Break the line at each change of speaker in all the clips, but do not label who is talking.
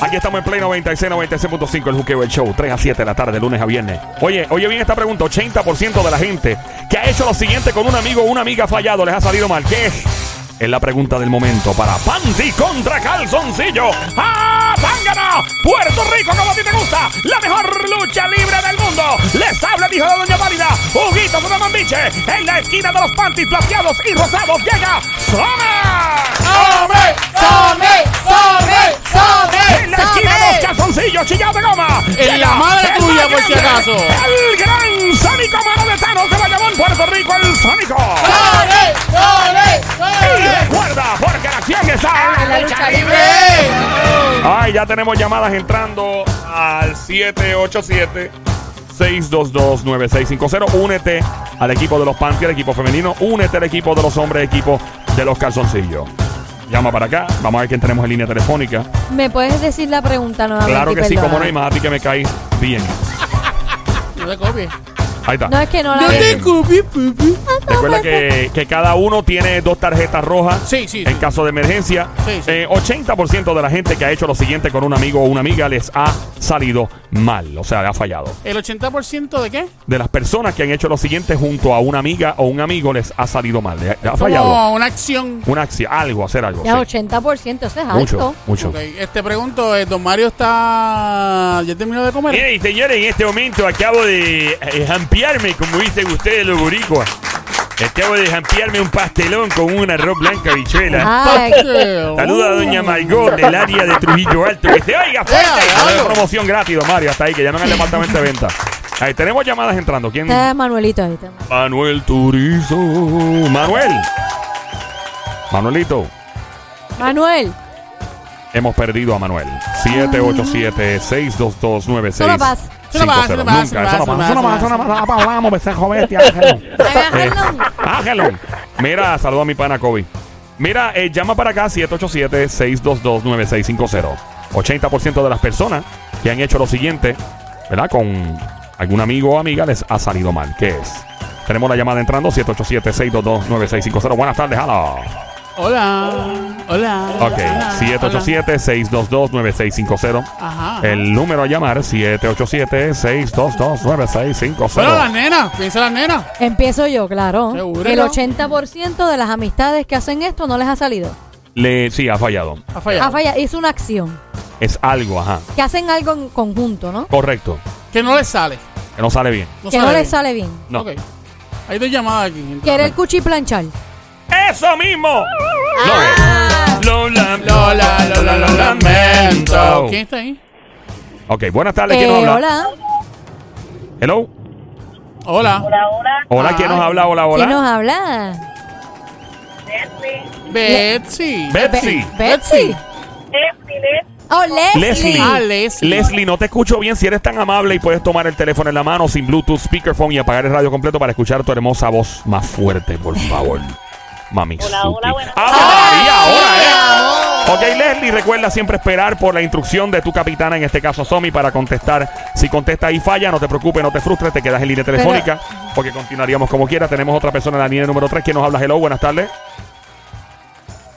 Aquí estamos en Play 96, 96.5, el Juqueo, el show, 3 a 7 de la tarde, lunes a viernes. Oye, oye bien esta pregunta, 80% de la gente que ha hecho lo siguiente con un amigo o una amiga fallado les ha salido mal. ¿Qué es? Es la pregunta del momento para Panty contra Calzoncillo. ¡Ah, Pángana! Puerto Rico, como a ti te gusta, la mejor lucha libre del mundo. Les habla el hijo de Doña Pálida, Huguito Mambiche. En la esquina de los panties plateados y rosados llega Soma.
¡Sobre! ¡Sobre! ¡Sobre!
En la esquina de los calzoncillos chillados de goma.
En la madre
el
tuya,
más
por si
grande,
acaso.
El gran Sónico Maroletano de Bayamón, Puerto Rico, el Sónico. Y recuerda, porque la acción está en la lucha
Ah, libre!
Ay, ya tenemos llamadas entrando al 787-622-9650. Únete al equipo de los Panty, al equipo femenino. Únete al equipo de los hombres, equipo de los calzoncillos. Llama para acá. Vamos a ver quién tenemos en línea telefónica.
¿Me puedes decir la pregunta nuevamente?
Claro que sí,
Perdona.
como no hay más a ti que me caes bien.
No me copies.
Ahí está.
No, es que no la
No
vi.
te copies, papi.
Recuerda que, que cada uno tiene dos tarjetas rojas
Sí, sí,
en
sí.
caso de emergencia.
Sí, sí.
Eh, 80% de la gente que ha hecho lo siguiente con un amigo o una amiga les ha salido mal, o sea, le ha fallado.
¿El 80% de qué?
De las personas que han hecho lo siguiente junto a una amiga o un amigo les ha salido mal, le ha, le ha fallado.
Como una acción.
Una acción, algo, hacer algo.
Ya,
sí.
80%, eso es
Mucho,
alto.
mucho.
Ok, este pregunto, eh, don Mario está... ¿Ya terminó de comer?
Mire, y señores, en este momento acabo de eh, jampearme, como dicen ustedes los boricuas. Acabo de jampearme un pastelón con un arroz blanca bichuela.
Ah,
Ay,
Saluda
Uh.
a doña Margot del área de Trujillo Alto. Que se oiga fuerte.
Ea,
Dale
diablo.
promoción gratis, don Mario. Hasta ahí, que llaman al departamento de venta. Ahí tenemos llamadas entrando. ¿Quién?
Eh.
está este Manuelito ahí. está.
Manuel Turizo. Manuel. Manuelito.
Manuel,
Hemos perdido a Manuel. 787 622
solo paz.
Solo paz, solo paz,
Nunca, solo
solo
paz,
paz, solo
solo
paz,
paz,
solo
solo paz. Hablamos, becerro bestia, ángelo. Eh.
Agárralo.
Ángelo. Mira, saludo a mi pana Kobe. Mira, eh, llama para acá 787-622-9650. 80% de las personas que han hecho lo siguiente, ¿verdad? Con algún amigo o amiga les ha salido mal. ¿Qué es? Tenemos la llamada entrando, 787-622-9650. Buenas tardes, hola.
Hola. Hola.
Ok,
hola, hola.
787-622-9650.
Ajá.
El número a llamar, 787-622-9650.
Pero las nenas, piensa las nenas.
Empiezo yo, claro.
Seguro.
El 80% de las amistades que hacen esto no les ha salido.
Le, sí, ha fallado.
Ha fallado.
Ah, falla, es una acción.
Es algo, ajá.
Que hacen algo en conjunto, ¿no?
Correcto.
Que no les sale.
Que no sale bien.
No
que
sale
no les
bien.
sale bien.
No.
Ok. Hay dos llamadas aquí. gente.
Querer cuchiplanchar.
¡Eso mismo!
Ah.
Lo- lo-
Lola, Lola, lo lamento. ¿Quién está ahí?
Ok, buenas tardes.
Eh,
¿Quién nos habla?
hola.
Hello.
Hola.
Hola,
Ay.
¿quién nos habla? Hola,
Ah, ¿Quién
hola.
nos habla?
Betsy.
Betsy.
Be- Betsy. Oh, Leslie.
Leslie.
Ah, Leslie.
Leslie, no te escucho bien. Si eres tan amable y puedes tomar el teléfono en la mano sin Bluetooth, speakerphone y apagar el radio completo para escuchar tu hermosa voz más fuerte, por favor. Mami. Hola, hola,
Ah.
ahora, eh! Ok, Leslie, recuerda siempre esperar por la instrucción de tu capitana, en este caso Somi, para contestar. Si contesta y falla, no te preocupes, no te frustres, te quedas en línea telefónica, porque continuaríamos como quiera. Tenemos otra persona en la línea número 3 que nos habla. Hello, buenas tardes.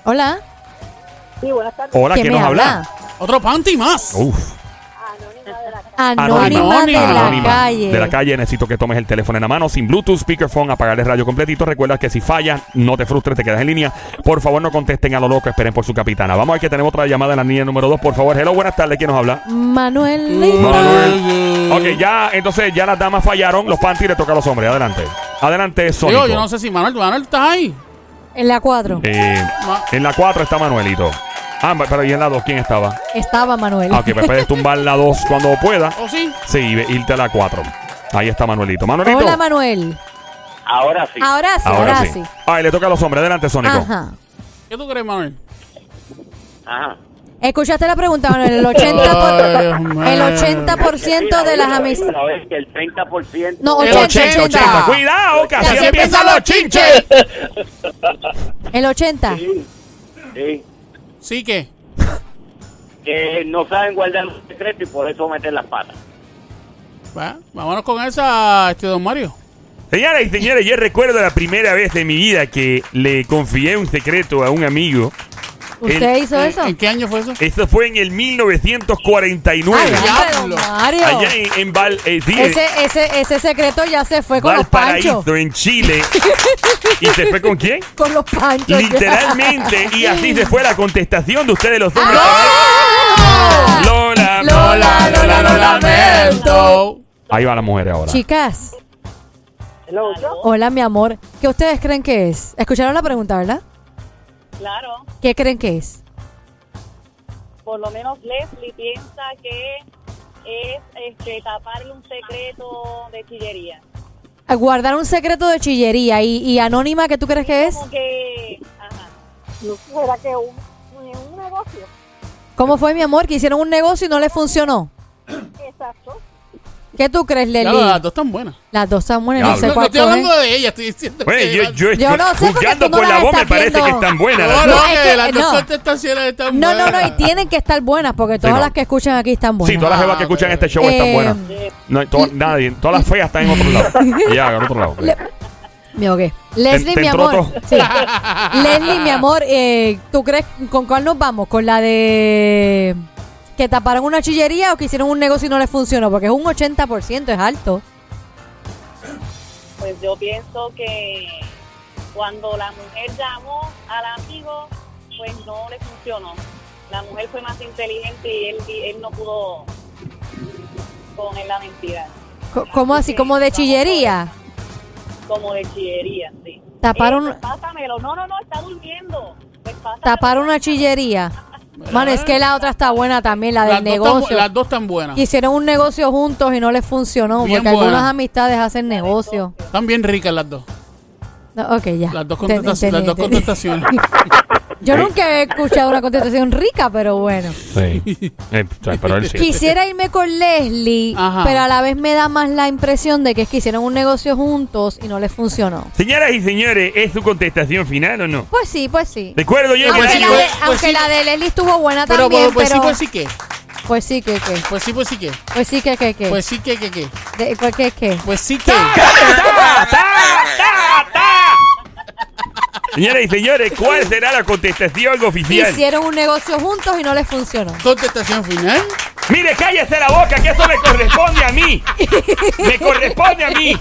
Hola.
Sí, buenas tardes.
Hola,
¿Quién
¿quién
me
nos habla?
eh. Otro panty más.
Uf.
Anónima de la calle.
Ah, Anónima,
Anónima.
de la
Anónima.
calle.
De la calle, necesito que tomes el teléfono en la mano, sin Bluetooth, speakerphone, apagar el radio completito. Recuerda que si fallas, no te frustres, te quedas en línea. Por favor, no contesten a lo loco, esperen por su capitana. Vamos a ver que tenemos otra llamada en la línea número 2, por favor. Hello, buenas tardes, ¿quién nos habla? Mm.
Manuelito.
Manuel. Ok, ya, entonces ya las damas fallaron, los panties le toca a los hombres. Adelante. Adelante, Sónico.
Digo, yo no sé si Manuel, Manuel, ¿estás ahí?
En la 4
Eh,
Ma-
en la 4 está Manuelito. Ah, pero ¿y en la 2 quién estaba?
estaba Manuel.
Ah, ok, pues puedes tumbar la 2 cuando pueda.
¿O sí?
Sí, y irte a la 4. Ahí está Manuelito. Manuelito.
Hola, Manuel.
Ahora sí.
Ahora sí, ahora,
Ahora, sí.
sí.
Ay, le toca a los hombres. Adelante, Sónico.
Ajá.
¿Qué tú crees, Manuel?
Ajá.
Escuchaste la pregunta, Manuel. El 80%,
Ay, Dios mío.
por- el 80 de las amistades.
No, es que el 30%.
No,
El
El 80,
80.
80. Cuidado, que así
así
empiezan los chinches.
El 80.
Sí. Sí.
Sí, que.
Que no saben guardar los secretos y por eso meten las patas.
Va, Vámonos con esa, este don Mario.
Señoras y señores, yo recuerdo la primera vez de mi vida que le confié un secreto a un amigo.
¿Usted
El-
hizo
¿En-
eso?
¿En qué año fue eso?
Esto fue en el 1949.
Ay, hombre, don
diablo.
Mario.
allá en, en Val, eh, sí,
Ese, ese, ese secreto ya se fue con los
Valparaíso,
panchos.
en Chile. ¿Y se fue con quién?
Con los panchos. ya.
Literalmente, y así se fue la contestación de ustedes los hombres. Lola,
Ah. Lola, Lola, lo lamento.
Ahí va la mujer ahora.
Chicas,
Hello,
hola mi amor. ¿Qué ustedes creen que es? Escucharon la pregunta, ¿verdad?
Claro,
¿Qué creen que es?
por lo menos Leslie piensa que es este, taparle un secreto de chillería.
A Eh, Guardar un secreto de chillería y, y anónima, ¿qué tú crees que es?
Como que, ajá. ¿No será que un, un negocio?
¿Cómo fue mi amor? Que hicieron un negocio y no les funcionó.
Exacto.
¿Qué tú crees,
Ya,
Leli?
las dos están buenas.
Las dos están buenas,
Diablo.
no sé
No, no
cuál
estoy hablando de ella, estoy diciendo
Bueno,
que
yo,
las-
yo estoy
Yo no sé porque
juzgando
tú no
por la
las
voz, me
estás
parece que
viendo.
están buenas.
No,
las
no,
dos.
es
que,
que-
las dos
no.
contestaciones están
No, no,
buenas.
no, y tienen que estar buenas porque todas
no.
las que escuchan aquí están
Sí,
buenas.
todas las jevas que escuchan este show están
Eh,
buenas. No, to- nadie, todas las feas están en otro lado. Ya, en otro lado. pues.
Me ahogué. Leslie,
te
mi
entró
amor.
otro.
Sí. Leslie, mi amor, eh, ¿tú crees con cuál nos vamos? ¿Con la de que taparon una chillería o que hicieron un negocio y no les funcionó? Porque es un 80%, es alto.
Pues yo pienso que cuando la mujer llamó al amigo, pues no le funcionó. La mujer fue más inteligente y él, y él no pudo poner la mentira,
Co- ¿Cómo así? ¿Como de chillería?
como de chillería, sí.
Taparon-
Eh, pues pásamelo. No, no, no, está durmiendo. Pues pásamelo.
Taparon una chillería. Mano, es que la otra está buena también, la del
Las dos están bu-
negocio.
las dos están buenas.
Hicieron un negocio juntos y no les funcionó
Bien
porque algunas
buena.
amistades hacen negocio.
Están bien ricas las dos.
Ah, No, ok, ya.
Las dos
Entendí,
contestaciones. Las
entendí,
dos
entendí.
contestaciones.
Yo nunca he escuchado una contestación rica, pero bueno.
Sí. Eh, pero él sí.
Quisiera irme con Leslie,
Ajá.
pero a la vez me da más la impresión de que es que hicieron un negocio juntos y no les funcionó.
Señoras y señores, ¿es su contestación final o no?
Pues sí, pues sí.
De acuerdo, oye,
Aunque,
pues sí,
la, de,
pues- pues
aunque
sí.
la de Leslie estuvo buena
Pero
también,
pues, pues sí,
pero
pues sí que.
pues sí que que,
Pues sí, pues sí que.
pues sí que que que,
Pues sí que, que, que.
De- pues que que.
Pues sí que.
Señoras y señores, ¿cuál será la contestación oficial?
Hicieron un negocio juntos y no les funcionó.
Contestación final.
Mire, cállese la boca, que eso me corresponde a mí. Me corresponde a mí.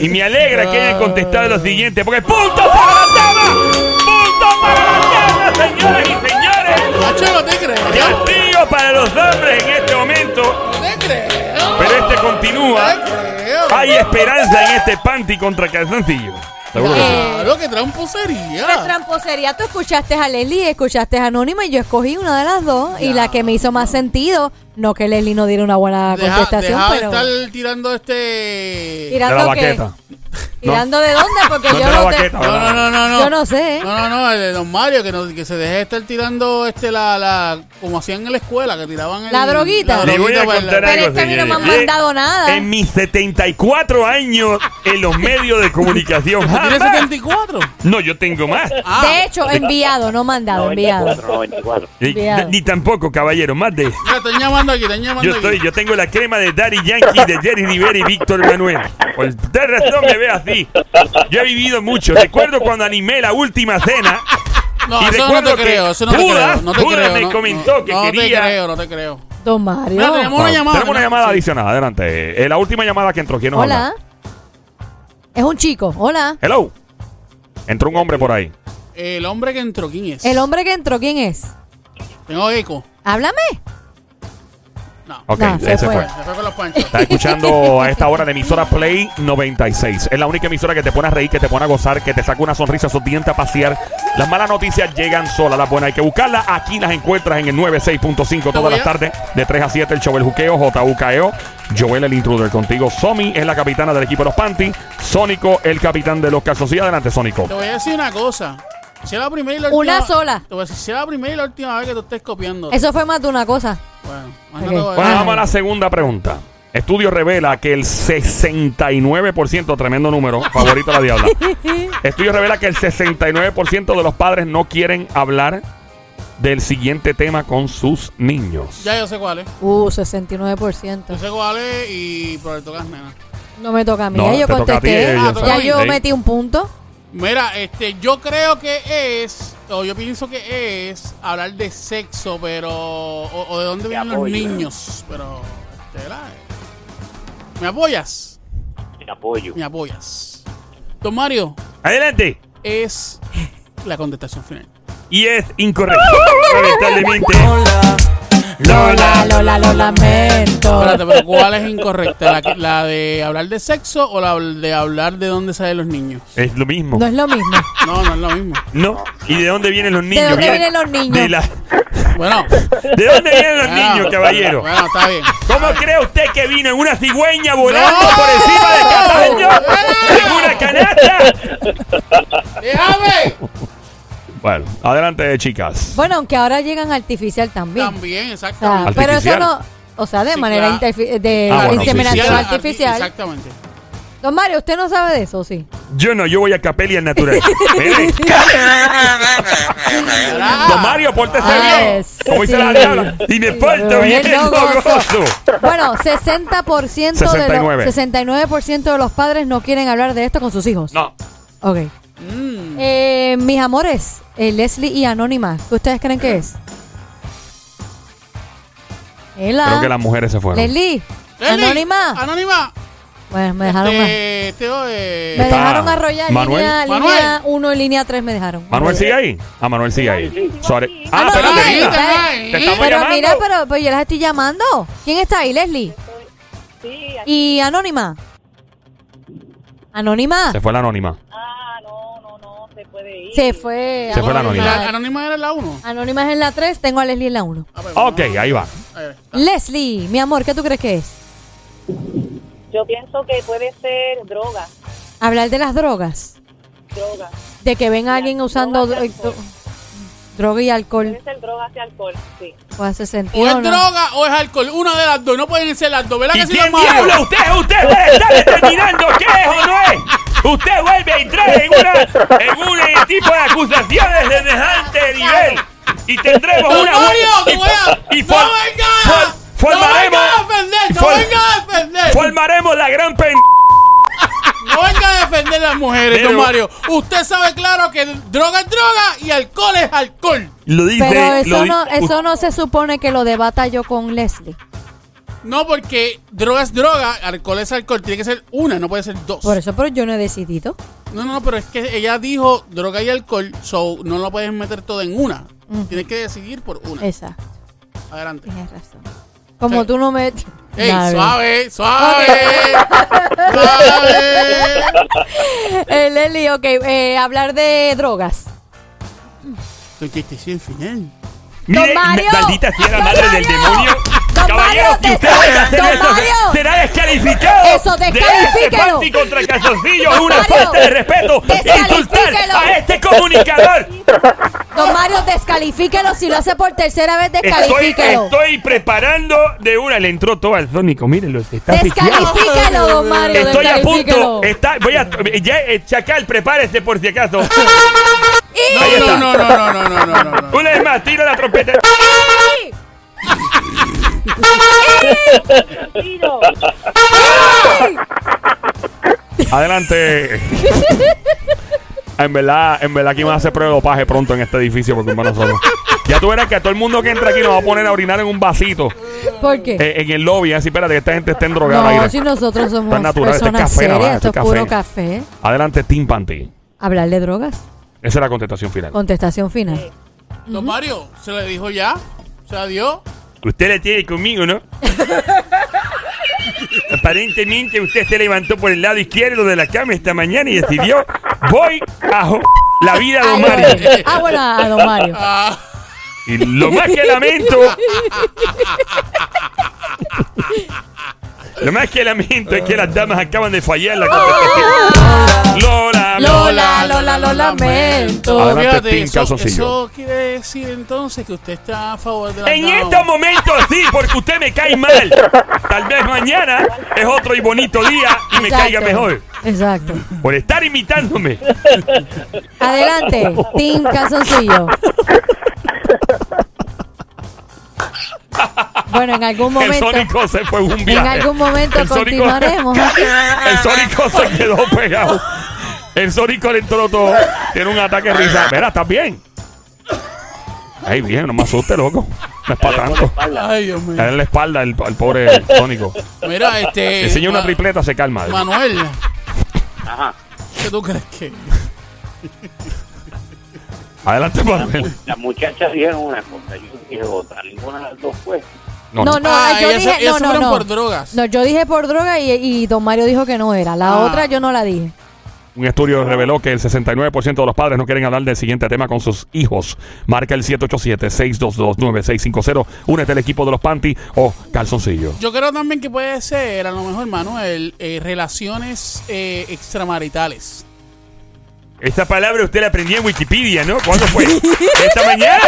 Y me alegra que hayan contestado lo siguiente, porque punto para la tabla. Punto para la tabla, señoras y señores.
Nacho, no te creo. No
Castigo para los hombres en este momento,
te creo.
pero este continúa.
No te creo.
Hay esperanza en este panty contra calzoncillo. Seguro que sí.
Claro, que
Pues
tramposería.
tramposería, tú escuchaste a Leslie, escuchaste a Anónima y yo escogí una de las dos y la que me hizo más sentido, no que Leslie no diera una buena
Deja,
contestación,
deja de
pero
estar tirando este.
De la
tirando que
baqueta.
tirando de dónde porque
No
yo
de la
no te-
baqueta,
No, no, no, no, no.
Yo no sé. ¿eh?
No, no, no, el de Don Mario, que, no- que se deje de estar tirando este la, la, como hacían en la escuela, que tiraban el-
La droguita.
Le voy a
para
contar
la-
Pero
algo,
es que a mí no me han
señores.
mandado nada.
En mis 74 años en los medios de comunicación.
¿Tiene
jamás-
74?
No, yo tengo más.
Ah,
De hecho, enviado, no mandado, enviado.
94, 94.
Ni,
Cuidado.
ni tampoco, caballero, más de.
mira, están llamando aquí, están llamando
Yo
aquí.
estoy, yo tengo la crema de Daddy Yankee, de Jerry Rivera y Víctor Manuel. Por tal razón me ve así. Yo he vivido mucho. Recuerdo cuando animé la última cena.
No,
y
eso no
recuerdo
te
que
creo, eso no te
Judas-
creo, no te
Judas
creo.
me
no,
comentó
no,
que
no
quería-
te creo, no te creo.
Don
Mira,
Mario.
tenemos una llamada.
Tenemos una
¿no?
llamada
Sí.
adicional, adelante. Eh, la última llamada que entró, ¿quién nos habla?
Hola. Es un chico. Hola.
Hello. Entró un hombre por ahí.
El hombre que entró, ¿quién es?
El hombre que entró, ¿quién es?
Tengo eco.
Háblame.
No.
Ok,
No, se
ese fue.
fue.
Se fue con los panchos.
Estás escuchando a esta hora la emisora Play 96. Es la única emisora que te pone a reír, que te pone a gozar, que te saca una sonrisa, esos dientes a pasear. Las malas noticias llegan solas, las buenas hay que buscarlas. Aquí las encuentras en el 96.5 todas las tardes, de 3 a 7, el show El Juqueo, JUKEO. E Joel el intruder contigo. Somi es la capitana del equipo de los Panty. Sónico, el capitán de los calzoncillos. Adelante, Sónico.
Te voy a decir una cosa. Si es la primera y la última.
Una sola.
Te voy a decir, si es la primera y la última vez que tú estés copiando.
Eso fue más de una cosa.
Bueno, más
Ok.
no te voy a
Bueno,
decir.
vamos a la segunda pregunta. Estudio revela que el 69%, tremendo número, favorito a la diabla. Estudio revela que el 69% de los padres no quieren hablar del siguiente tema con sus niños.
Ya yo sé cuál es.
Uh,
Yo
69%.
sé cuál es y por el tocas, nena.
No me toca a mí.
No,
ya yo
te toca a ti,
contesté.
eh,
yo sé.
ya yo
Sí.
metí un punto.
Mira, este, yo creo que es o yo pienso que es hablar de sexo, pero. O, o de dónde vienen los
apoyo.
niños. Pero. este, ¿verdad? ¿Me apoyas?
Te apoyo.
Me apoyas. Don Mario,
Adelante.
es la contestación final.
Y es incorrecto. Lamentablemente.
Lola, Lola, lo lamento.
Espérate, pero ¿cuál es incorrecta? ¿La, que- la de hablar de sexo o la de hablar de dónde salen los niños?
Es lo mismo.
No es lo mismo.
No, no es lo mismo.
No. ¿Y de dónde vienen los niños?
dónde
Vienen-
vienen los niños? Ah.
De, la-
Bueno.
¿De dónde vienen los
bueno,
niños, caballero?
Bueno, está bien.
¿Cómo cree usted que vino en una cigüeña volando
¡No!
por encima de Cataño? ¡En
¡No!
una canasta!
¡Déjame!
Bueno, adelante, chicas.
Bueno, aunque ahora llegan artificial también.
También,
O sea,
exactamente.
Artificial.
pero eso no. O sea, de
Sí,
manera
claro.
interfi- de
Ah, bueno,
inseminación
artificial.
arti-
artificial.
Exactamente.
Don Mario, ¿usted no sabe de eso, sí?
Yo no, yo voy a Capelli al natural. Mire. Don Mario, pórtese bien.
Yes,
Como dice la
sí.
diabla. Y me
Sí,
porto bien,
él no
no
gozo.
gozo.
Bueno, 60% de los
69.
69% de los padres no quieren hablar de esto con sus hijos.
No.
Ok. Eh, mis amores, eh, Leslie y Anónima, ¿qué ustedes creen que es? Ela.
Creo que las mujeres se fueron.
Leslie,
Leli,
Anónima.
Anónima.
Bueno, me dejaron
Este,
a-
Eh, Teo, eh,
Me
Está
dejaron arrollar
Ah, Manuel.
línea,
Manuel.
línea 1 y línea 3 me dejaron.
¿Manuel sigue ahí? Ah, Manuel sigue ahí. Sorry. Ah,
no,
pero
no,
ahí,
linda.
ahí.
Te estamos
Pero
llamando.
mira, pero, pero yo las estoy llamando. ¿Quién está ahí, Leslie?
Sí, aquí-
¿Y Anónima? ¿Anónima?
Se fue la anónima.
ah, no, no, no, se puede ir.
Se fue.
Se fue la anónima.
La anónima era la Ah, pues, 1.
Anónima es en la 3, tengo a Leslie en la 1.
Ok, ahí va.
eh.
Leslie, mi amor, ¿qué tú crees que es?
Yo pienso que puede ser droga,
Hablar de las drogas.
droga.
De que ven a alguien
drogas
usando
y
dro-
alcohol.
droga y
Puede
alcohol.
ser droga hacia alcohol, sí.
Puede hacer
O
sentido.
es
¿no?
Pues droga o es alcohol. Una de las dos. No pueden ser las dos. ¿Verdad
¿Y
que sí, don
quién
Mario?
diablo usted? ¿Usted puede estar determinando qué es o no es? Usted vuelve a entrar en, una, en un eh, tipo de acusaciones de dejante nivel. Y tendremos
Don
una
Mario,
buena-
te voy a-
y, y
no
for-
venga,
for- formaremos,
No venga a defender. No
for-
venga a defender.
formaremos la gran pen...
No venga a defender las mujeres,
Pero-
don Mario. Usted sabe claro que droga es droga y alcohol es alcohol.
Lo dice...
Pero
lo
eso
di-
no,
u-
eso no se supone que lo debata yo con Leslie.
No, porque droga es droga, alcohol es alcohol. Tiene que ser una, no puede ser dos.
Por eso, pero yo no he decidido.
No, no, no, pero es que ella dijo droga y alcohol, so no lo puedes meter todo en una. Tienes que decidir por una.
Exacto,
Adelante.
tienes razón. Como
Sí.
tú no me...
¡Ey,
Nada.
suave, suave! ¡Suave!
Eh, Leslie, ok, eh, hablar de drogas.
Contestación final.
Mire,
Don Mario.
me- maldita sea la
Don
madre del
Mario.
demonio.
Don
Caballero,
Mario,
que
te-
usted vaya a hacer
Don
esto,
Mario.
será descalificado.
Eso,
de este
descalifíquelo.
party contra Calzoncillo es
Don
una
Mario,
falta de respeto.
descalifíquelo.
Insultar a este comunicador.
Don Mario, descalifíquelo. Si lo hace por tercera vez,
Estoy,
descalifíquelo.
estoy preparando de una. Le entró todo al Sónico. Mírenlo, está asfixiado.
Descalifíquelo, don Mario.
Estoy a punto.
descalifíquelo.
Está, voy a, ya, eh, Chacal, prepárese por si acaso. Ahí
No,
está.
no, no, no, no, no, no, no, no.
Una vez más, tira la trompeta.
Tiro.
Adelante. en verdad, en verdad aquí van a hacer prueba de dopaje pronto en este edificio porque hermano nosotros. Ya tú verás que a todo el mundo que entra aquí nos va a poner a orinar en un vasito
¿Por qué?
eh, en el lobby. Así, espérate, que esta gente esté drogada.
no, si nosotros somos
Está natural, este es
personas
café, nada más,
serias, esto es
este es
puro
café.
café.
Adelante, Tim Panty.
Hablar de drogas.
Esa es la contestación final.
Contestación
Eh,
final.
Don Mario, se le dijo ya. Se la dio.
Usted la tiene conmigo, ¿no? Aparentemente usted se levantó por el lado izquierdo de la cama esta mañana y decidió, voy a jo- la vida de
Ah,
Don
bueno.
Mario.
Ah, bueno, a don Mario.
Ah,
Y lo más que lamento. lo más que lamento es que las damas acaban de fallar la competición. Lola,
Lola, Lola, lo lamento.
Adelante, Team
eso,
Calzoncillo.
eso quiere decir entonces que usted está a favor de la
En estos momentos sí, porque usted me cae mal. Tal vez mañana es otro y bonito día y me caiga
Exacto.
mejor.
Exacto.
Por estar imitándome.
Adelante, Team Calzoncillo. Bueno, en algún
El
momento.
Sónico se fue en un viaje.
algún momento
El Sónico-
continuaremos aquí.
El Sónico se quedó pegado. El Sónico le entró todo. Tiene un ataque de risa. Mira, ¿estás bien? Ay, bien, no me asuste, loco. No es para tanto.
Ay, Dios mío.
Dale en la espalda el, al pobre tónico.
Mira, este.
Enseña una
Ma-
tripleta, se calma.
Manuel,
Ajá.
¿qué tú crees que.?
Adelante, Manuel.
Las muchachas dijeron una cosa, yo dije otra, ninguna de las dos fue.
No,
No, no,
Ah,
yo
ellas se-
dije,
ellas
no, no,
fueron
no.
por drogas.
No, yo dije por droga y, y don Mario dijo que no era. La
Ah.
otra yo no la dije.
Un estudio reveló que el 69% de los padres no quieren hablar del siguiente tema con sus hijos. Marca el 787-622-9650. Únete al equipo de los panty o calzoncillo.
Yo creo también que puede ser, a lo mejor, Manuel, eh, relaciones eh, extramaritales.
Esta palabra usted la aprendió en Wikipedia, ¿no? ¿Cuándo fue? Esta mañana.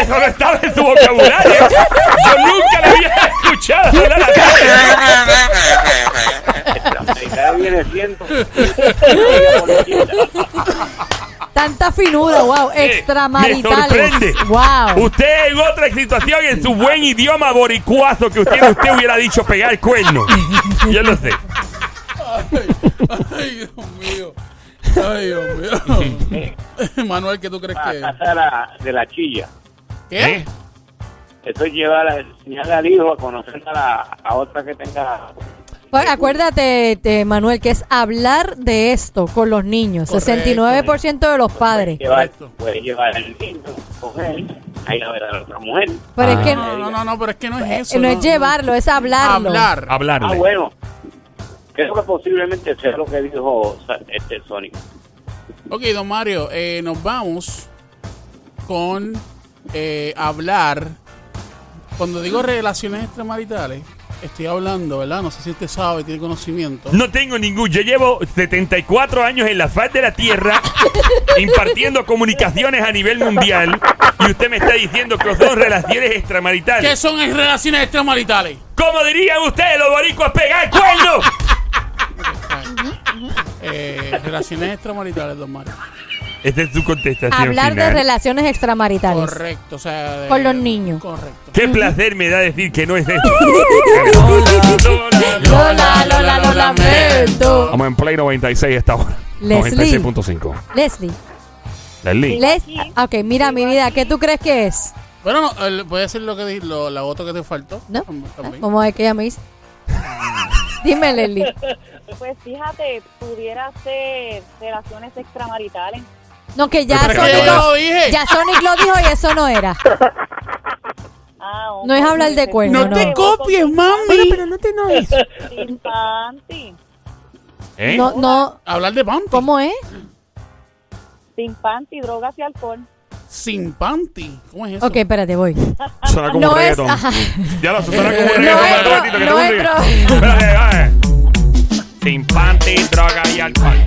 Eso no estaba en su vocabulario. Yo nunca la había escuchado hablar acá.
La medicada viene siendo.
Tanta finuda, wow.
Oh, eh, Me sorprende.
Extramaritales. Wow.
Usted en otra situación y en su buen idioma boricuazo que usted, usted hubiera dicho pegar el cuerno. Yo lo sé.
Ay, Dios mío. Ay, Dios mío. Manuel, ¿qué tú crees
A
que.?
casa de la- de la chilla.
¿Eh?
¿Qué?
Eso es llevar a enseñar al hijo a conocer a, la, a otra que tenga.
Pues acuérdate, te- Manuel, que es hablar de esto con los niños.
Correcto.
69% de los padres.
Llevar,
Correcto.
puede llevar al niño, coger, a ir a ver a la otra mujer.
Pero es
Ah.
que
No,
no,
no, no, no, pero es que no es eso.
es llevarlo, es hablarlo.
Hablar.
Hablarle.
Ah, bueno. Creo que posiblemente sea lo que dijo Sa- este Sonic.
Ok, don Mario, eh, nos vamos con eh, hablar. Cuando digo relaciones extramaritales, estoy hablando, ¿verdad? No sé si usted sabe, tiene conocimiento.
No tengo ningún. Yo llevo 74 años en la faz de la Tierra impartiendo comunicaciones a nivel mundial y usted me está diciendo que son relaciones
¿Qué
extramaritales.
son las relaciones extramaritales?
¿Cómo dirían ustedes los boricuas pegar el cuerno?
Eh, relaciones extramaritales, don Mario.
Esta es su contestación
Hablar de
final.
relaciones extramaritales.
Correcto, o sea. de-
Con los niños.
Correcto.
Qué placer me da decir que no es este esto.
Lola, Lola, lo lamento.
Vamos en Play 96 esta hora.
Leslie.
96.5.
Leslie,
Leslie.
Les, ah, ok, mira mi vida, ¿qué tú crees que es?
Bueno, no, el- puede ser lo que di- lo, la otra que te faltó.
¿No?
Tam-
Ah,
también.
Vamos a ver qué ella me dice. Dime, Leslie.
Pues fíjate, pudiera ser relaciones extramaritales.
No, que ya
Pero
Pero
que
Sonic,
yo ya
no
lo
lo,
dije.
ya Sonic lo dijo y eso no era.
Ah, pues, ok.
No es hablar de cuerno,
no,
no.
te copies, mami.
no te enojes.
Simpanti.
¿Eh?
No, no,
Hablar de panty.
¿cómo es?
Sin panty, drogas y alcohol.
Sin panty. ¿Cómo es eso?
Ok, pues, espérate, voy.
Suena como
No
un
es-
reggaetón.
ajá.
Ya lo suena como un
No
reggaetón.
es
Espérate,
dro-
ratito, que
no
tú
es
sigues.
dro-
Espérate, espérate. Sin panty, droga y alcohol.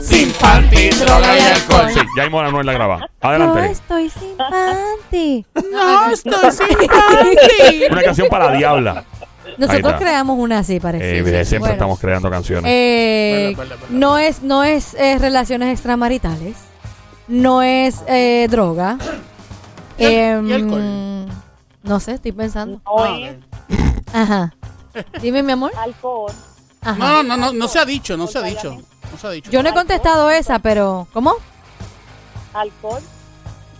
Sin panty, droga y alcohol.
Sí, ya mismo no es la graba.
No
Adelante.
estoy sin panty.
No, estoy sin panty.
Una canción para la diabla. Ahí
Nosotros
está.
creamos una así, parece.
Eh, siempre
Bueno.
estamos creando canciones.
Eh,
Verdad, verdad, verdad.
no es, no es eh, relaciones extramaritales. No es eh, droga.
¿Y al-
Em,
y alcohol?
No sé, estoy pensando.
No
Ah,
es
Ajá. Dime, mi amor.
alcohol.
Ajá.
Ah. No, no, no, no se ha dicho, no se ha dicho. No se ha dicho.
Yo no he contestado esa, pero ¿cómo?
Alcohol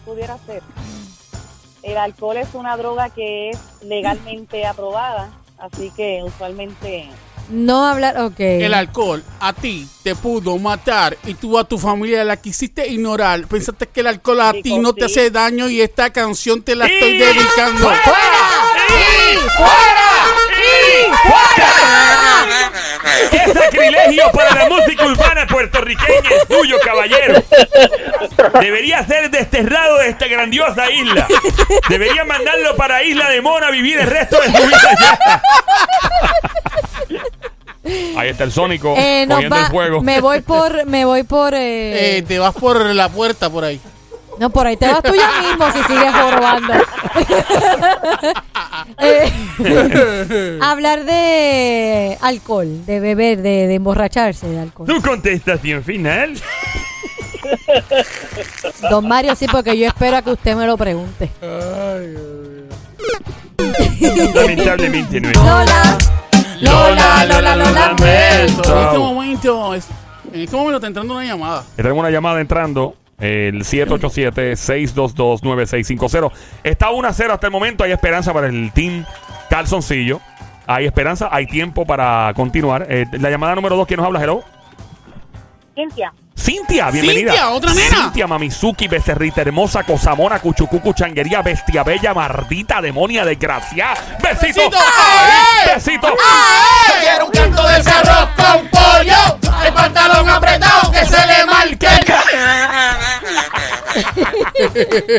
pudiera ser. El alcohol es una droga que es legalmente aprobada, así que usualmente
No hablar. Ok.
El alcohol a ti te pudo matar y tú a tu familia la quisiste ignorar. Pensaste que el alcohol a ti no te hace daño y esta canción te la estoy dedicando.
¡Qué sacrilegio para la música urbana puertorriqueña es tuyo, caballero! Debería ser desterrado de esta grandiosa isla. Debería mandarlo para Isla de Mona a vivir el resto de su vida. allá. Ahí está el Sónico
Eh, nos
poniendo
va-
el fuego.
Me voy por. Me voy por. eh,
Eh, te vas por la puerta por ahí.
No, por ahí te vas tú yo mismo si sigues jorobando. Eh, hablar de alcohol, de beber, de, de emborracharse de alcohol.
¿Tú contestas bien final?
Don Mario, sí, porque yo espero a que usted me lo pregunte.
Lamentablemente no es.
Lola, Lola, Lola, Lola.
En este momento, es- en este momento está entrando una llamada.
Tenemos una llamada entrando. El 787-622-9650. Está 1 a 0 hasta el momento. Hay esperanza para el team Calzoncillo. Hay esperanza, hay tiempo para continuar. Eh, la llamada número 2, ¿quién nos habla? Hello.
Ciencia.
Cintia, bienvenida.
Cintia, otra nena.
Cintia, Mamizuki, becerrita hermosa, cosamona, cuchucucu, changuería, bestia bella, mardita, demonia, desgraciada. Besito.
Besito.
Ay,
¡Ay!
Besito. eh!
Yo quiero un canto de ese arroz con pollo, el pantalón apretado que se le marque.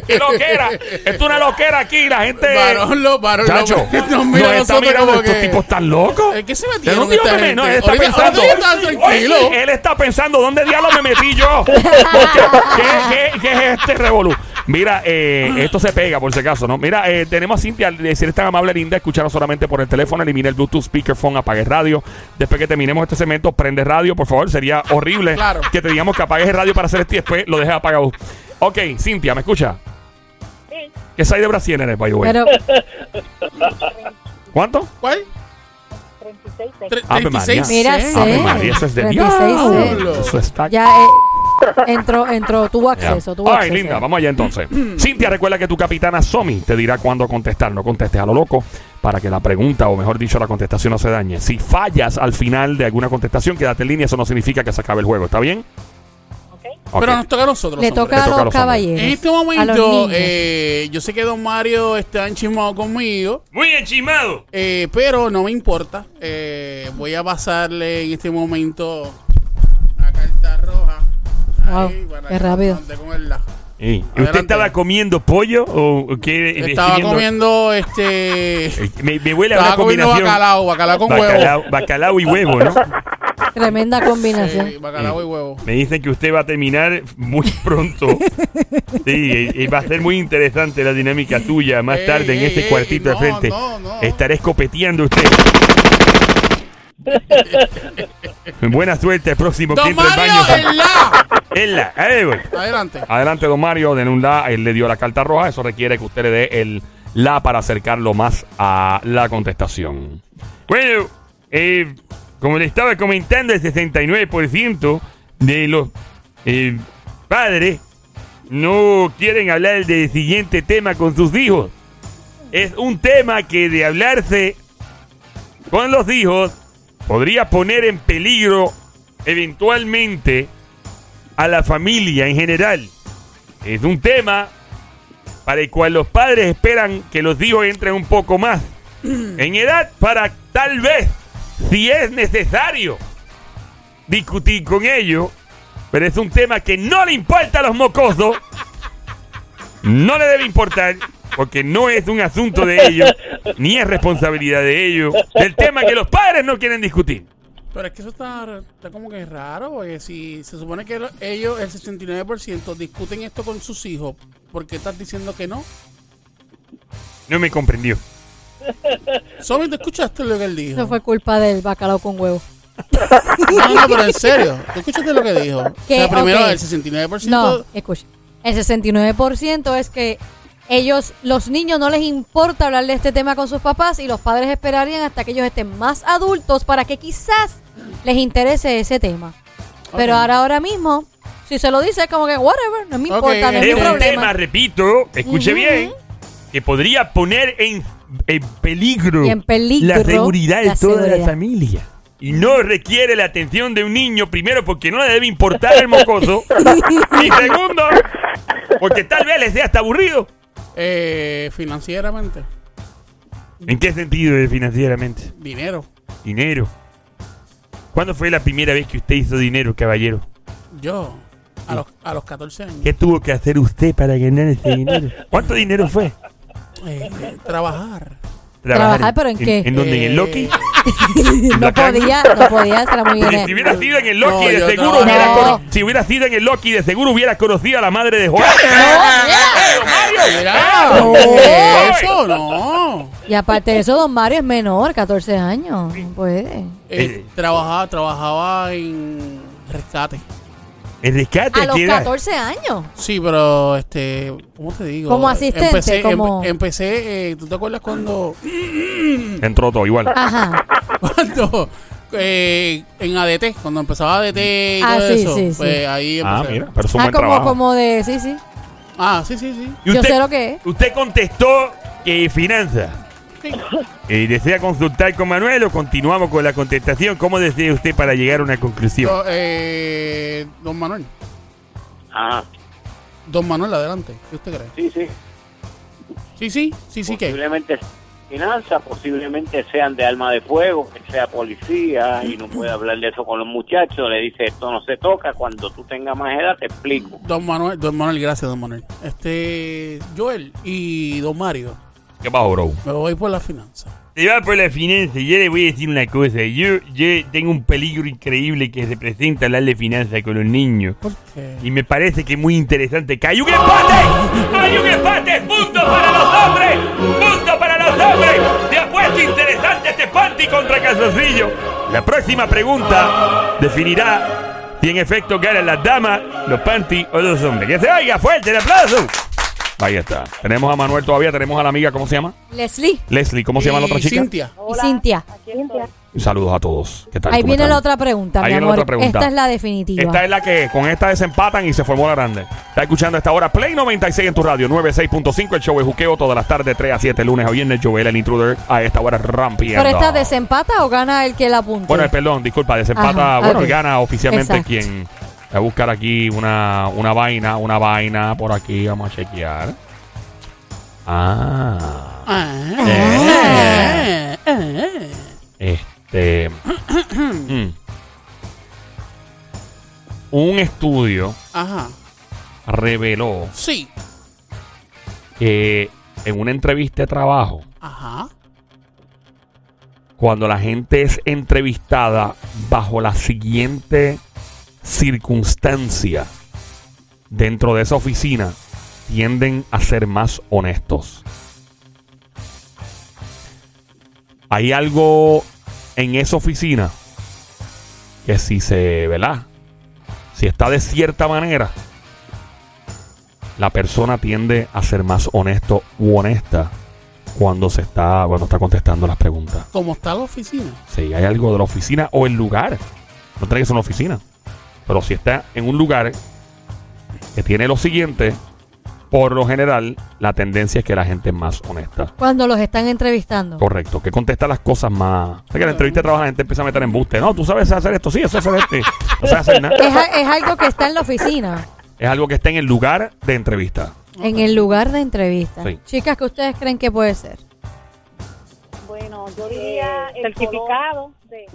¡Qué loquera! Esto es una loquera aquí. La gente.
Varón lo, varón lo.
Eh, Chacho,
nos
nos,
mira a
está
nosotros
mirando.
como
Estos
que-
tipos tan locos.
¿Eh, qué se
¿De
metieron
dónde yo
esta
me metí?
gente?
No, él está
Ahorita-
pensando.
ahorita está tranquilo.
Oye, él está pensando, ¿dónde diablos me metí yo? ¿Qué, qué- qué es este revolú? Mira, eh, esto se pega por si acaso, ¿no? Mira, eh, tenemos a Cintia, eh, si eres tan amable, linda, escucharnos solamente por el teléfono, elimina el Bluetooth, speakerphone, apague radio. Después que terminemos este segmento, prende radio, por favor. Sería horrible
Claro.
que te digamos que apagues el radio para hacer esto y después lo dejes apagado. Ok, Cintia, ¿me escucha?
Sí.
¿Qué soy de Brasil eres, by the way?
Pero,
¿Cuánto?
¿Cuál?
36
Tre-
Ave María.
36.
mira,
¿eh?
Ave
Sí.
María, eso es de
36,
diablo.
sí.
Eso está
ya eh, entró, entró, tuvo
Ya.
acceso, tuvo
Ay,
acceso.
linda, vamos allá entonces. Cintia, recuerda que tu capitana Somi te dirá cuándo contestar. No contestes a lo loco para que la pregunta, o mejor dicho, la contestación no se dañe. Si fallas al final de alguna contestación, quédate en línea. Eso no significa que se acabe el juego, ¿está bien?
ok.
Ok.
Pero nos toca a nosotros.
Le
hombre.
toca a
toca a
los
los hombres.
caballeros.
En este
a los
momento,
niños.
eh, yo sé que Don Mario está enchismado conmigo,
Muy enchimado.
eh, pero no me importa. Eh, voy a pasarle en este momento la carta roja.
Wow,
Ahí, para
qué
que
rápido.
ande con el lazo.
¿Y usted
Adelante.
estaba comiendo pollo o o qué? eh,
Estaba
escribiendo?
comiendo este.
Eh, Me, me huele a una
Estaba comiendo
combinación.
bacalao, bacalao con huevo.
Bacalao, bacalao y huevo, ¿no?
Tremenda combinación.
Sí, bacalao y
Mm.
huevo.
Me dicen que usted va a terminar muy pronto. Sí, y, y va a ser muy interesante la dinámica tuya más
Ey,
tarde en
ey,
este
ey,
cuartito de
no,
frente.
no, no.
Estaré escopeteando a usted. Buena suerte el próximo que
Don
entre al
Mario,
baño.
el la.
Ella, ahí voy.
Adelante.
Adelante, don Mario, denunda, él le dio la carta roja, eso requiere que usted le dé el la para acercarlo más a la contestación.
Bueno, eh, como le estaba comentando, el 69% de los eh, padres no quieren hablar del siguiente tema con sus hijos. Es un tema que de hablarse con los hijos podría poner en peligro eventualmente a la familia en general. Es un tema para el cual los padres esperan que los hijos entren un poco más en edad para tal vez, si es necesario, discutir con ellos. Pero es un tema que no le importa a los mocosos. No le debe importar. Porque no es un asunto de ellos, ni es responsabilidad de ellos, del tema que los padres no quieren discutir.
Pero es que eso está, está como que raro, porque si se supone que lo- ellos, el 69%, discuten esto con sus hijos, ¿por qué estás diciendo que no?
No me comprendió.
Solo ¿tú escuchaste lo que él dijo?
Eso fue culpa del bacalao con huevo.
No, no, pero en serio, ¿tú escuchaste lo que dijo?
Que,
O sea, primero,
ok.
el 69%...
No, escucha. El 69% es que ellos, los niños no les importa hablar de este tema con sus papás y los padres esperarían hasta que ellos estén más adultos para que quizás les interese ese tema. Pero
Ok.
ahora, ahora mismo, si se lo dice es como que whatever, no me
Ok,
importa, no
eh,
es mi
Es un
problema.
tema, repito, escuche
Ujú.
bien, que podría poner en, en peligro
Y en peligro
la seguridad de
la
toda
seguridad.
la familia. Y no requiere la atención de un niño, primero porque no le debe importar el mocoso, y segundo porque tal vez le sea hasta aburrido.
Eh, financieramente,
¿En qué sentido eh, financieramente?
dinero.
Dinero. ¿Cuándo fue la primera vez que usted hizo dinero, caballero?
Yo, a los, a los 14 años,
¿Qué tuvo que hacer usted para ganar ese dinero? ¿Cuánto dinero fue?
eh, eh, trabajar.
¿Trabajar, pero en qué?
¿En dónde? ¿En el Loki?
Eh,
no podía, no podía, será muy
Porque si
bien.
hubiera sido en el Loki,
No,
de
yo
seguro
no.
hubiera
No.
cono- si hubiera sido en el Loki, de seguro hubiera conocido a la madre de Joel.
Mira,
No.
eso no.
Y aparte de eso, don Mario es menor, 14 años. No puede.
Eh,
Eh.
trabajaba, trabajaba en rescate.
El rescate
A los
que era-
14 años.
Sí, pero este, ¿cómo te digo?
Como asistente,
empecé, em-
como-
empecé eh, ¿tú te acuerdas cuando
Ah,
Entró todo igual.
Ajá.
cuando eh, en ADT, cuando empezaba ADT y
Ah,
todo
sí,
eso.
sí, sí.
pues ahí
Ah,
empecé.
mira, pero es un
Ah,
buen
como,
trabajo.
como de. Sí, sí.
Ah, sí, sí, sí.
Y
Yo sé lo que es.
Usted contestó que finanza.
Sí.
Y desea consultar con Manuel o continuamos con la contestación. ¿Cómo desea usted para llegar a una conclusión?
Yo, eh, don Manuel.
Ajá,
Don Manuel, adelante. ¿Qué usted cree?
Ah, sí, sí.
Sí, sí, sí, sí, que.
posiblemente finanzas, posiblemente sean de alma de fuego, que sea policía y no puede hablar de eso con los muchachos. Le dice, esto no se toca, cuando tú tengas más edad te explico.
Don Manuel, don Manuel, gracias, don Manuel. Este, Joel y don Mario,
¿Qué pasó, bro?
me voy por la finanza.
Se va por la finanza. Yo le voy a decir una cosa. Yo, yo tengo un peligro increíble que representa hablar de finanzas con los niños.
¿Por qué?
Y me parece que es muy interesante que hay un empate. ¡Hay un empate! ¡Punto para los hombres! ¡Punto para los hombres! Se ha puesto interesante este panty contra Calzoncillo. La próxima pregunta definirá si en efecto ganan las damas, los panty o los hombres. ¡Que se oiga fuerte el aplauso!
Ahí está. Tenemos a Manuel todavía, tenemos a la amiga, ¿cómo se llama?
Leslie.
Leslie, ¿cómo se llama la
Y
otra chica?
Cintia.
Hola,
Cintia.
Aquí estoy.
Saludos a todos. ¿Qué tal?
Ahí
¿Cómo
viene
están?
la otra pregunta,
Ahí
mi
viene la
amor.
otra pregunta.
Esta es la definitiva.
Esta es la que con esta desempatan y se formó la grande. Está escuchando a esta hora Play 96 en tu radio, 96.5. El show es juqueo todas las tardes, 3 a 7, lunes a viernes. Joel, el intruder, a esta hora rampiendo.
¿Pero esta desempata o gana el que la apunte?
Bueno, eh, perdón, disculpa, desempata.
Ajá,
bueno,
ok.
y gana oficialmente
Exacto.
quien. Voy a buscar aquí una, una vaina, una vaina por aquí. Vamos a chequear. Ah.
Ah,
Eh.
ah, ah.
Este. mm. un estudio
Ajá.
reveló
Sí.
que en una entrevista de trabajo,
Ajá.
cuando la gente es entrevistada bajo la siguiente circunstancia dentro de esa oficina, tienden a ser más honestos. Hay algo en esa oficina que si se, ¿verdad? Si está de cierta manera, la persona tiende a ser más honesto u honesta cuando se está, cuando está contestando las preguntas.
¿Cómo está la oficina?
Sí, hay algo de la oficina o el lugar. No tiene que ser una oficina. Pero si está en un lugar que tiene lo siguiente, por lo general, la tendencia es que la gente es más honesta.
Cuando los están entrevistando.
Correcto, que contesta las cosas más. O sea, que en la entrevista de trabajo la gente empieza a meter embuste. No, tú sabes hacer esto, sí, eso es este. No sabes hacer nada.
Es, a- es algo que está en la oficina,
Es algo que está en el lugar de entrevista.
en el lugar de entrevista.
Sí.
Chicas, ¿qué ustedes creen que puede ser?
Bueno, yo diría el
Certificado.
color de-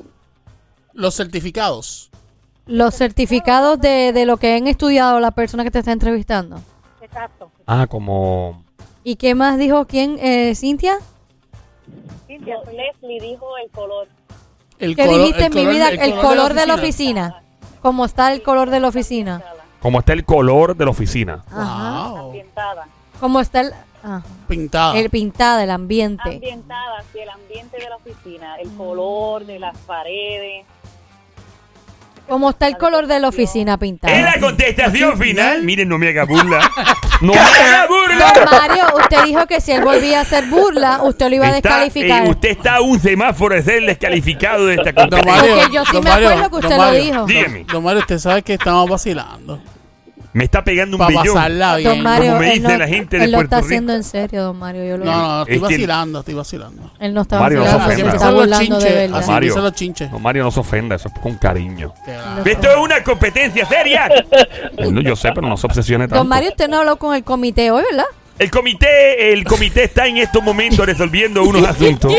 Los certificados.
Los certificados de, de lo que han estudiado la persona que te está entrevistando.
Exacto.
Ah, como.
¿Y qué más dijo quién? Eh, ¿Cintia?
Cintia, soy Leslie dijo el color.
El
¿Qué
colo-
dijiste
el
en mi
color-
vida? El color, de la
oficina.
oficina. ¿Cómo está el color de la oficina?
Como está el color de la oficina.
Ajá.
Wow.
Ambientada.
¿Cómo está el, ajá.
Pintada.
el pintado, el ambiente?
Ambientada, sí, el ambiente de la oficina, el color de las paredes.
¿Cómo está el color de la oficina
Es
pintada?
la contestación final. Miren, no me haga burla. ¡No
No,
me haga burla!
Don Mario, usted dijo que si él volvía a hacer burla, usted lo iba a
Está,
descalificar.
eh, usted está a un semáforo de ser descalificado de esta
Don
competencia.
Mario,
Porque yo sí
don
me
Mario,
acuerdo que
don
usted lo
Mario,
dijo.
don-
Dígame.
Don Mario, usted sabe que estamos vacilando.
Me está pegando un
Para
billón.
pasarla bien.
Don Mario,
Como me
él
dice
no,
la gente de
él lo
Puerto
está
Rico.
haciendo en serio, don Mario. Yo lo
no, no, no, estoy
Es que-
vacilando, estoy vacilando.
Él no está
Mario, no se
vacilando,
ofenda.
se está
Son los
burlando de
chinches.
verdad.
Así empiezan los chinches.
No, Mario, no se ofenda, eso es con cariño.
Qué
Lo-
va.
Esto es una competencia seria.
Bueno, yo sé, pero no se obsesione tanto.
Don Mario, usted no habló con el comité hoy, ¿verdad?
El comité, el comité está en estos momentos resolviendo unos asuntos.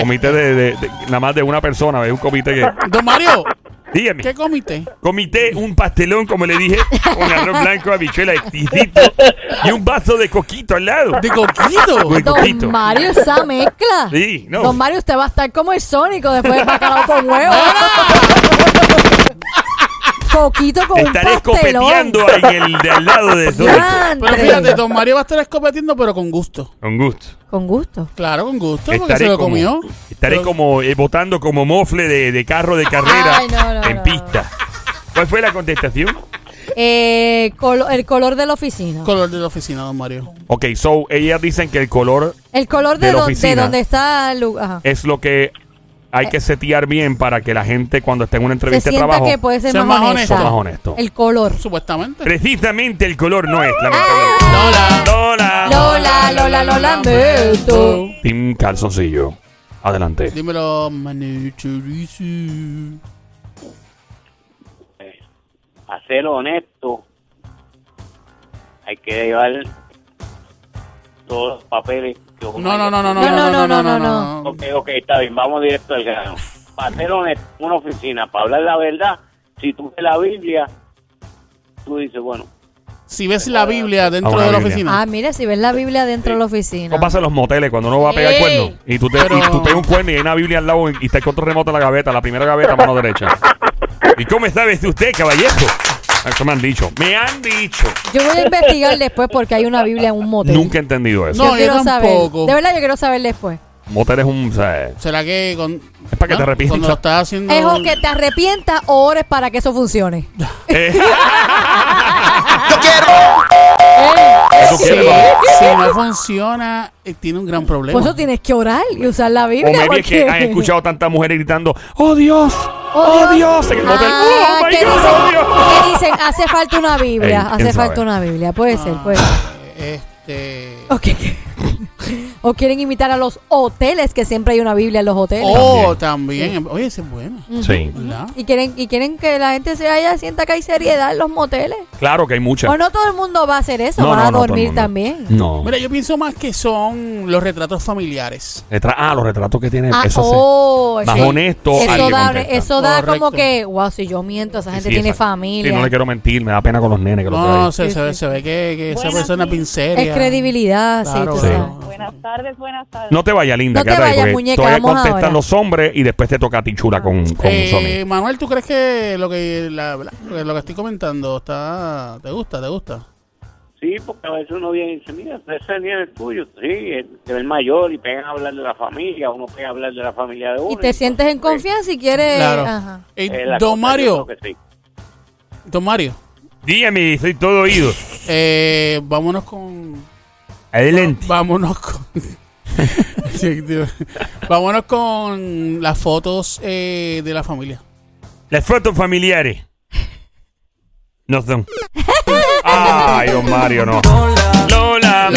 comité de, de- de- nada más de una persona, es un comité que.
Don Mario,
Dígame.
¿qué comité?
Comité un pastelón, como le dije, con arroz blanco, habichuela, exquisito, y un vaso de coquito al lado.
De coquito.
Uy. El coquito.
Don Mario, esa mezcla.
Sí, no.
Don Mario, usted va a estar como el Sónico después del bacalao con huevo. Coquito con un
Estaré
pastelón.
escopeteando ahí el de al lado de todo.
Pero
Diantre.
fíjate, Don Mario va a estar escopetiendo, pero con gusto.
Con gusto.
Con gusto.
Claro, con gusto, porque se lo
como,
comió.
Estaré
Pero-
como eh, votando como mofle de, de carro de carrera
Ay, no, no,
en
no.
pista. ¿Cuál fue la contestación?
Eh, colo- el color de la oficina.
Color de la oficina, Don Mario.
Ok, so ellas dicen que el color
El color de,
de la
don- de
oficina.
donde está el lugar. Ajá.
es lo que hay que setear bien para que la gente cuando esté en una
Se
entrevista de
sienta
trabajo
que puede ser
Sea
más,
más
honesta.
honesto.
Más honesto.
El color.
Supuestamente.
Precisamente el color no es, lamentablemente.
Lola.
Lola.
Ah. Lola, Lola, lo lamento.
Team Calzoncillo. Adelante.
Dímelo, Manu Chorizo.
Pues, a ser honesto, hay que llevar todos los papeles que
No,
uno
no, no, no, no,
No, no,
no, no, no,
no,
no.
Ok, ok, está bien, vamos directo al grano. Para ser honesto, una oficina, para hablar la verdad, si tú ves la Biblia, tú dices, bueno,
Si ves la Biblia
Ah,
dentro
una
de la
Biblia.
oficina.
Ah, mira, si ves la Biblia dentro de la oficina.
¿Cómo pasa en los moteles cuando uno va a pegar
Ey.
cuerno? Y tú, te,
Pero-
y tú pegas un cuerno y hay una Biblia al lado y está el control remoto en la gaveta, la primera gaveta, mano derecha.
¿Y cómo sabes usted, caballero?
Eso me han dicho. Me han dicho.
Yo voy a investigar después porque hay una Biblia en un motel.
Nunca he entendido eso.
No,
Yo
yo
quiero saber.
tampoco.
De verdad, yo quiero saber después.
Motel es un. o sea, eh.
¿Será que con,
Es para que te arrepientas.
Cuando lo estás haciendo.
Es o que te arrepientas o ores para que eso funcione.
eh,
Eso
tú quieres, papá.
Si no funciona, eh, tiene un gran problema.
Por Pues eso tienes que orar y usar la
O
Biblia.
maybe es que
porque-
han escuchado tantas mujeres gritando, ¡Oh Dios!
Oh,
¡Oh Dios! En el motel.
Ah,
¡Oh my
que
God! ¡Oh
dicen,
Dios!
que dicen, hace falta una Biblia.
Ey, ¿quién
hace falta
sabe?
una Biblia. Puede ser, puede ser.
Este.
Ok. o quieren imitar a los hoteles, que siempre hay una Biblia en los hoteles.
Oh, también. Oye, ese es bueno.
Sí.
¿Verdad?
Y quieren, y quieren que la gente se vaya, sienta que hay seriedad en los moteles.
Claro que hay muchas.
O no todo el mundo va a hacer eso,
No,
van
no,
a
no, todo el
dormir
mundo. Mm,
también.
No.
Mira, yo pienso más que son los retratos familiares.
Retra- ah, los retratos que tiene.
Ah,
eso sí.
oh,
Más
sí.
honesto,
Eso
alguien
da,
contesta.
eso da
Correcto.
como que, wow, si yo miento, esa gente
Sí,
tiene
exacto.
familia.
Sí, no le quiero mentir, me da pena con los nenes que los
No, no,
veo
se,
Sí,
se ve,
sí,
se ve que, que esa
Buenas,
persona
sí.
pinceria.
es credibilidad,
Claro,
sí, tú
sí.
sabes.
Buenas tardes, buenas tardes.
ahí. No te vayas, linda,
No te
quédate ahí,
vayas,
porque
muñeca,
todavía
vamos
contestan
ahora.
los hombres y después te toca a ti chula con, con Sony.
Eh, Manuel, ¿tú crees que lo que, la- la- lo que estoy comentando está te gusta, te gusta?
sí, porque a veces uno viene y dice, mira, ese ni es el tuyo, sí, es el mayor, y pegan a hablar de la familia, uno pega a hablar de la familia de uno.
Y te sientes en confianza y quieres...
claro.
Ajá.
Eh,
Eh,
don,
la cosa, yo
Mario,
creo que sí.
don Mario,
Dígame, soy todo oído.
eh, vámonos con...
Adelante.
Vámonos con... Sí, tío. vámonos con las fotos eh, de la familia.
Las fotos familiares. No son.
Ay, don Mario, no.
Lola.
Lola,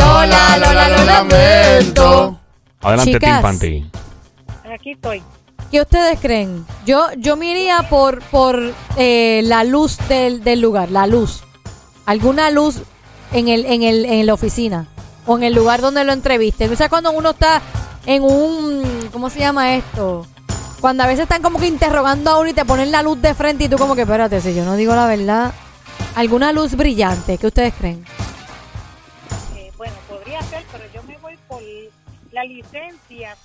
Lola, lo lamento.
Adelante,
Chicas.
Team Panty.
Aquí estoy.
¿Qué ustedes creen? Yo, yo me iría por, por eh, la luz del, del lugar, la luz. Alguna luz en, el, en, el, en la oficina o en el lugar donde lo entrevisten. O sea, cuando uno está en un... ¿Cómo se llama esto? Cuando a veces están como que interrogando a uno y te ponen la luz de frente y tú como que, espérate, si yo no digo la verdad. Alguna luz brillante, ¿qué ustedes creen?
Eh, bueno, podría ser, pero yo me voy por la licencia.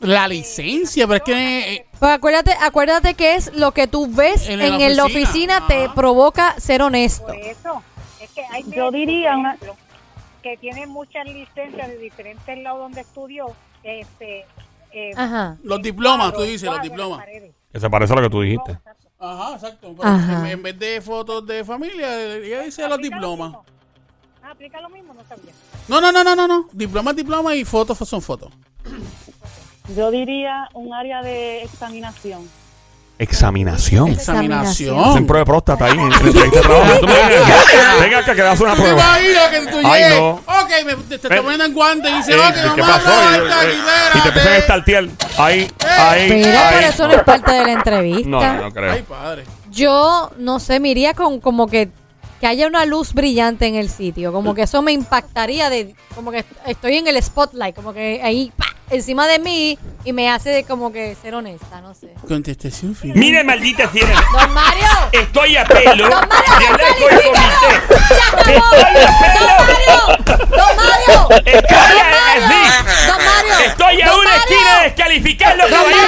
La licencia, pero es que... eh,
Pues acuérdate, acuérdate que es lo que tú ves en,
En la
la
oficina,
oficina, te
ajá.
provoca ser honesto.
Por eso, es que hay
Yo
gente,
diría
por
una-
ejemplo, que tiene muchas licencias de diferentes lados donde estudió, este, eh,
Ajá.
los diplomas, tú
cuadros,
dices, los
cuadros en las
diplomas.
paredes.
Que se parece a lo que tú dijiste.
Ajá, exacto. Pero
Ajá.
En, en vez de fotos de familia, ella dice los
¿Aplica lo
diplomas.
mismo? Ah, aplica lo mismo, no sabía.
No, no, no, no, no, no. Diploma, diploma y fotos son fotos.
Yo diría un área de examinación.
Examinación.
Examinación.
Examinación.
Hacen prueba de próstata ahí en el entrevista de trabajo. Tú me dices, Venga acá que le das una
¿Te
prueba.
imaginas que tú
Ay,
llegues?
no.
Ok, me, te, te está
Eh,
poniendo en guante y dice,
Eh,
ok,
¿Qué
mamá,
pasó?
no,
Eh,
está
eh,
aquí,
y te empiezan a
espérate.
estartear. Ahí,
Eh,
ahí,
Mira, pero
ahí.
eso no es parte de la entrevista.
No, no, no
Ay,
creo.
padre.
Yo, no sé, me iría con como que, que haya una luz brillante en el sitio. Como que eso me impactaría de... Como que estoy en el spotlight, como que ahí, ¡pa! encima de mí y me hace de como que ser honesta, no sé.
Contestación final.
Mire, maldita sierra.
¡Don Mario!
Estoy a pelo de
¡Don Mario,
hablar con el comité.
descalifícalo! ¡Se acabó! ¡Don Mario! ¡Don Mario!
Estoy
¡Don Mario!
a, sí,
¡Don Mario!
estoy a
¡Don
una
Mario!
esquina de descalificarlo, caballero.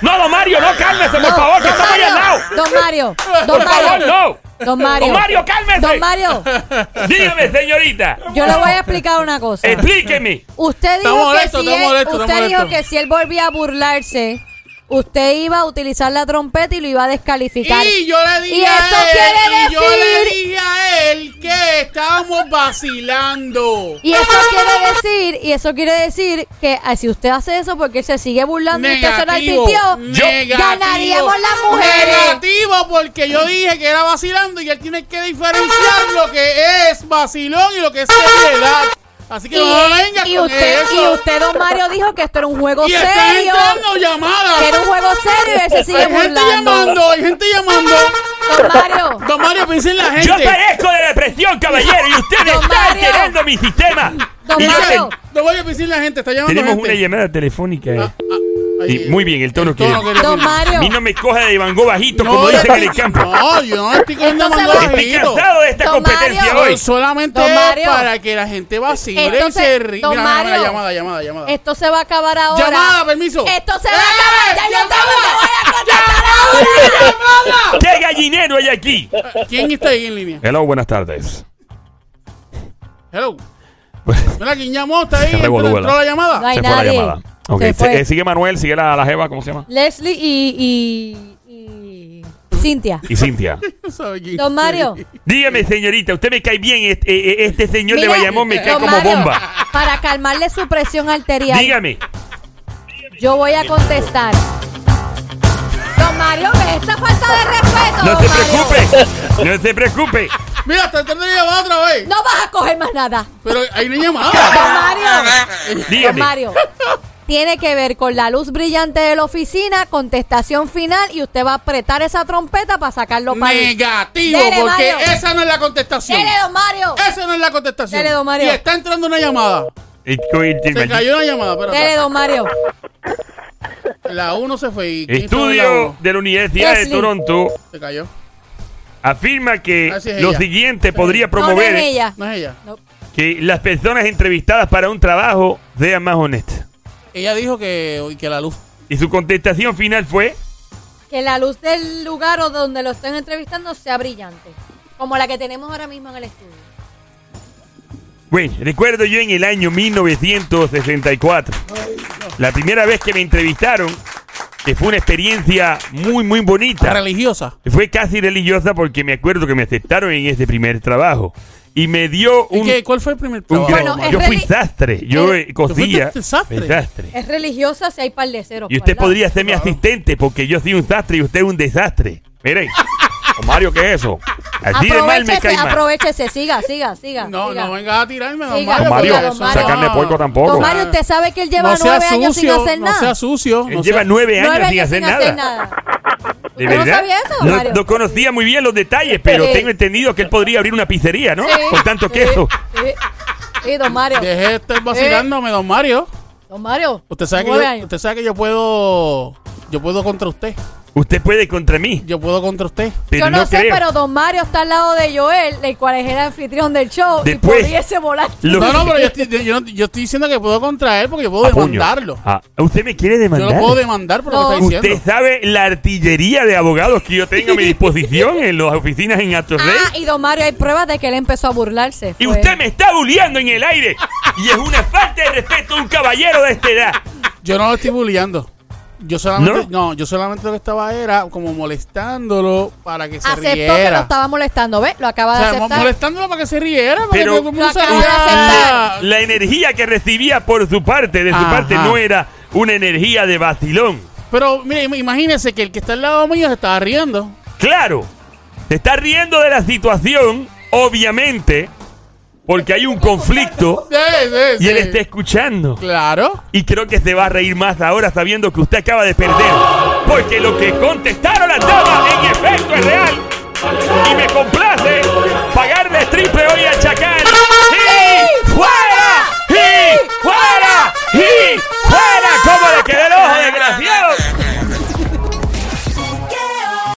No, don Mario, no, cálmese, por
No,
favor, que
don
estamos ahí al
Mario,
lado.
Don Mario,
Por
don
favor,
Mario,
no.
don Mario.
Don Mario, cálmese.
Don Mario,
Dígame, señorita.
yo le voy a explicar una cosa.
Explíqueme.
Usted dijo
Eh,
que
Está molesto,
si
está
él,
molesto, está
usted dijo
molesto.
que si él volvía a burlarse, usted iba a utilizar la trompeta y lo iba a descalificar.
Y yo le dije
Y
a
eso
él,
quiere
y yo le
decir-
dije a él que estábamos vacilando.
Y eso quiere decir, y eso quiere decir que ah, si usted hace eso porque se sigue burlando y usted se lo
Negativo,
advirtió,
negativo,
ganaríamos las mujeres.
Negativo, porque yo dije que era vacilando y él tiene que diferenciar lo que es vacilón y lo que es seriedad. Así que
Y,
no me vengas
y
con
usted,
eso.
y usted, don Mario, dijo que esto era un juego
Y está
serio.
entrando
Que era un
llamadas.
juego serio y él se sigue
Hay gente
burlando.
llamando, hay gente llamando.
Don Mario.
Don Mario, piensa en la gente.
Yo parezco de depresión, caballero, y usted
Don
está
Mario.
alterando mi sistema.
Don
Y yo
Mario.
te-
Claro.
No voy a pensar en la gente, está llamando
Tenemos una
gente.
llamada telefónica. eh.
Ah,
Y muy bien, el tono que-
le
Don
pide.
A mí
Mario.
no me coja de Van Gogh bajito,
No,
como
yo
dicen en el
estoy-
campo.
No, yo no estoy cogiendo
Entonces,
mangos
Don-
Estoy
bajitos.
cansado de esta
Don
competencia
Mario.
hoy.
Pero solamente
Don
es
Mario.
para que la gente vacile
Entonces,
y se ríe.
don
Mira, mira, mira,
Mario.
llamada, llamada, llamada.
Esto se va a acabar ahora.
Llamada, permiso.
Esto se va
¡Eh!
a acabar. Ya yo te voy a contestar ahora.
¡Llamada!
¡Qué gallinero hay aquí!
¿Quién está ahí en línea?
Hello, buenas tardes.
Hello. Mira, ¿quién llamó? ¿Está ahí?
Se
¿Entró,
revolú,
entró
¿verdad?
la llamada?
No hay
Se fue la
nadie.
llamada. Ok,
Se fue.
se- eh, sigue Manuel, sigue la, la Jeva, ¿cómo se llama?
Leslie y, y, y Cintia.
Y Cintia.
No sabe quién.
Don Mario.
Dígame, señorita, usted me cae bien. Este, eh, eh, este señor
Mira,
de Bayamón me cae
don
como
Mario,
bomba.
Para calmarle su presión arterial,
Dígame.
yo voy a contestar. Don Mario, ve esta falta de respeto.
No
don
se
Mario.
preocupe. No se preocupe.
Mira, está entrando la llamada otra vez.
No vas a coger más nada.
Pero hay una
Don
llamada.
Mario. Don
Dígame.
Mario. Tiene que ver con la luz brillante de la oficina, contestación final y usted va a apretar esa trompeta para sacarlo para ahí.
Negativo,
Dele,
porque
Mario.
esa no es la contestación.
Dele, don Mario.
Esa no es la contestación.
Dele, don Mario.
Y está entrando una llamada.
Eh, coño,
Se cayó una llamada, espérate.
Dele, don Mario.
La 1 se fue y ¿quién estaba en la
Estudio
uno?
de la Universidad de
Leslie.
Toronto
Se cayó.
afirma que
Así es
lo
ella.
siguiente podría
No, no es
promover
ella.
No es ella.
No.
que las personas entrevistadas para un trabajo sean más honestas.
Ella dijo que, que la luz.
Y su contestación final fue...
Que la luz del lugar o donde lo estén entrevistando sea brillante. Como la que tenemos ahora mismo en el estudio.
Bueno, recuerdo yo en el año 1964, la primera vez que me entrevistaron, que fue una experiencia muy, muy bonita.
Religiosa.
Fue casi religiosa porque me acuerdo que me aceptaron en ese primer trabajo. Y me dio
¿Y
un...
qué, ¿Cuál fue el primer
un
trabajo?
gran-
Bueno, es
yo fui
reli-
sastre, yo eh, cosía.
fuiste sastre?
desastre.
Es religiosa si hay par de ceros.
Y usted
por lado.
podría ser mi
Claro.
asistente porque yo soy un sastre y usted es un desastre. Miren,
Don Mario, ¿qué es eso?
así de mal me cae
Aprovechese,
mal.
aprovechese, siga, siga, siga.
No,
siga.
no vengas a tirarme, don
Siga,
Mario.
Don Mario,
Oiga, don
o sea,
Mario.
carne de puerco tampoco.
Don Mario, usted sabe que él lleva
no sea
nueve años sin
sucio,
hacer
no
nada.
sea sucio.
Él
no
Eh, lleva
sea-
nueve años
Nueve
sin
años
hacer
sin
nada.
hacer nada.
¿De
¿Usted no
verdad?
sabía eso,
No-
Mario?
no conocía muy bien los detalles, pero
Sí.
tengo entendido que él podría abrir una pizzería, ¿no?
Sí,
Con tanto
sí,
queso.
Sí, sí, don Mario.
Deje de
Eh.
estar vacilándome, don Mario.
Don Mario.
Usted sabe, que
nueve
yo,
años.
usted sabe que yo puedo. Yo puedo contra usted.
Usted puede contra mí,
Yo puedo contra usted.
pero
Yo no,
no,
sé,
creo.
pero don Mario está al lado de Joel, el cual es el anfitrión del show,
Después.
y pudiese volar.
Lo-
No, no, pero yo estoy, yo, no- yo estoy diciendo que puedo contra él porque yo puedo
A puño.
demandarlo.
Ah, ¿Usted me quiere
Yo
demandar?
lo puedo demandar por lo que
No.
está
¿Usted
diciendo.
sabe la artillería de abogados que yo tengo a mi disposición en las oficinas en Atorrey?
Ah, y don Mario, hay pruebas de que él empezó a burlarse.
Y
Fue-
usted me está bulleando en el aire. Y es una falta de respeto a un caballero de esta edad.
Yo no lo estoy bulleando. Yo solamente, ¿No? yo solamente lo que estaba era como molestándolo para que se
Aceptó que lo
riera.
estaba molestando, ¿ves? Lo
o
acaba de
sea, mo-
aceptar.
molestándolo para que se riera, para
Pero-
que todo el mundo
Lo
se
acaba de
riera.
aceptar.
La energía que recibía por su parte, de su
Ah. Ajá.
parte, no era una energía de vacilón.
Pero mire, im- imagínese que el que está al lado mío se estaba riendo.
Claro, se está riendo de la situación, obviamente, porque hay un conflicto
Sí, sí,
y él
sí.
está escuchando.
Claro.
Y creo que se va a reír más ahora sabiendo que usted acaba de perder. Porque lo que contestaron las damas en efecto es real. Y me complace pagarle triple hoy a Chacal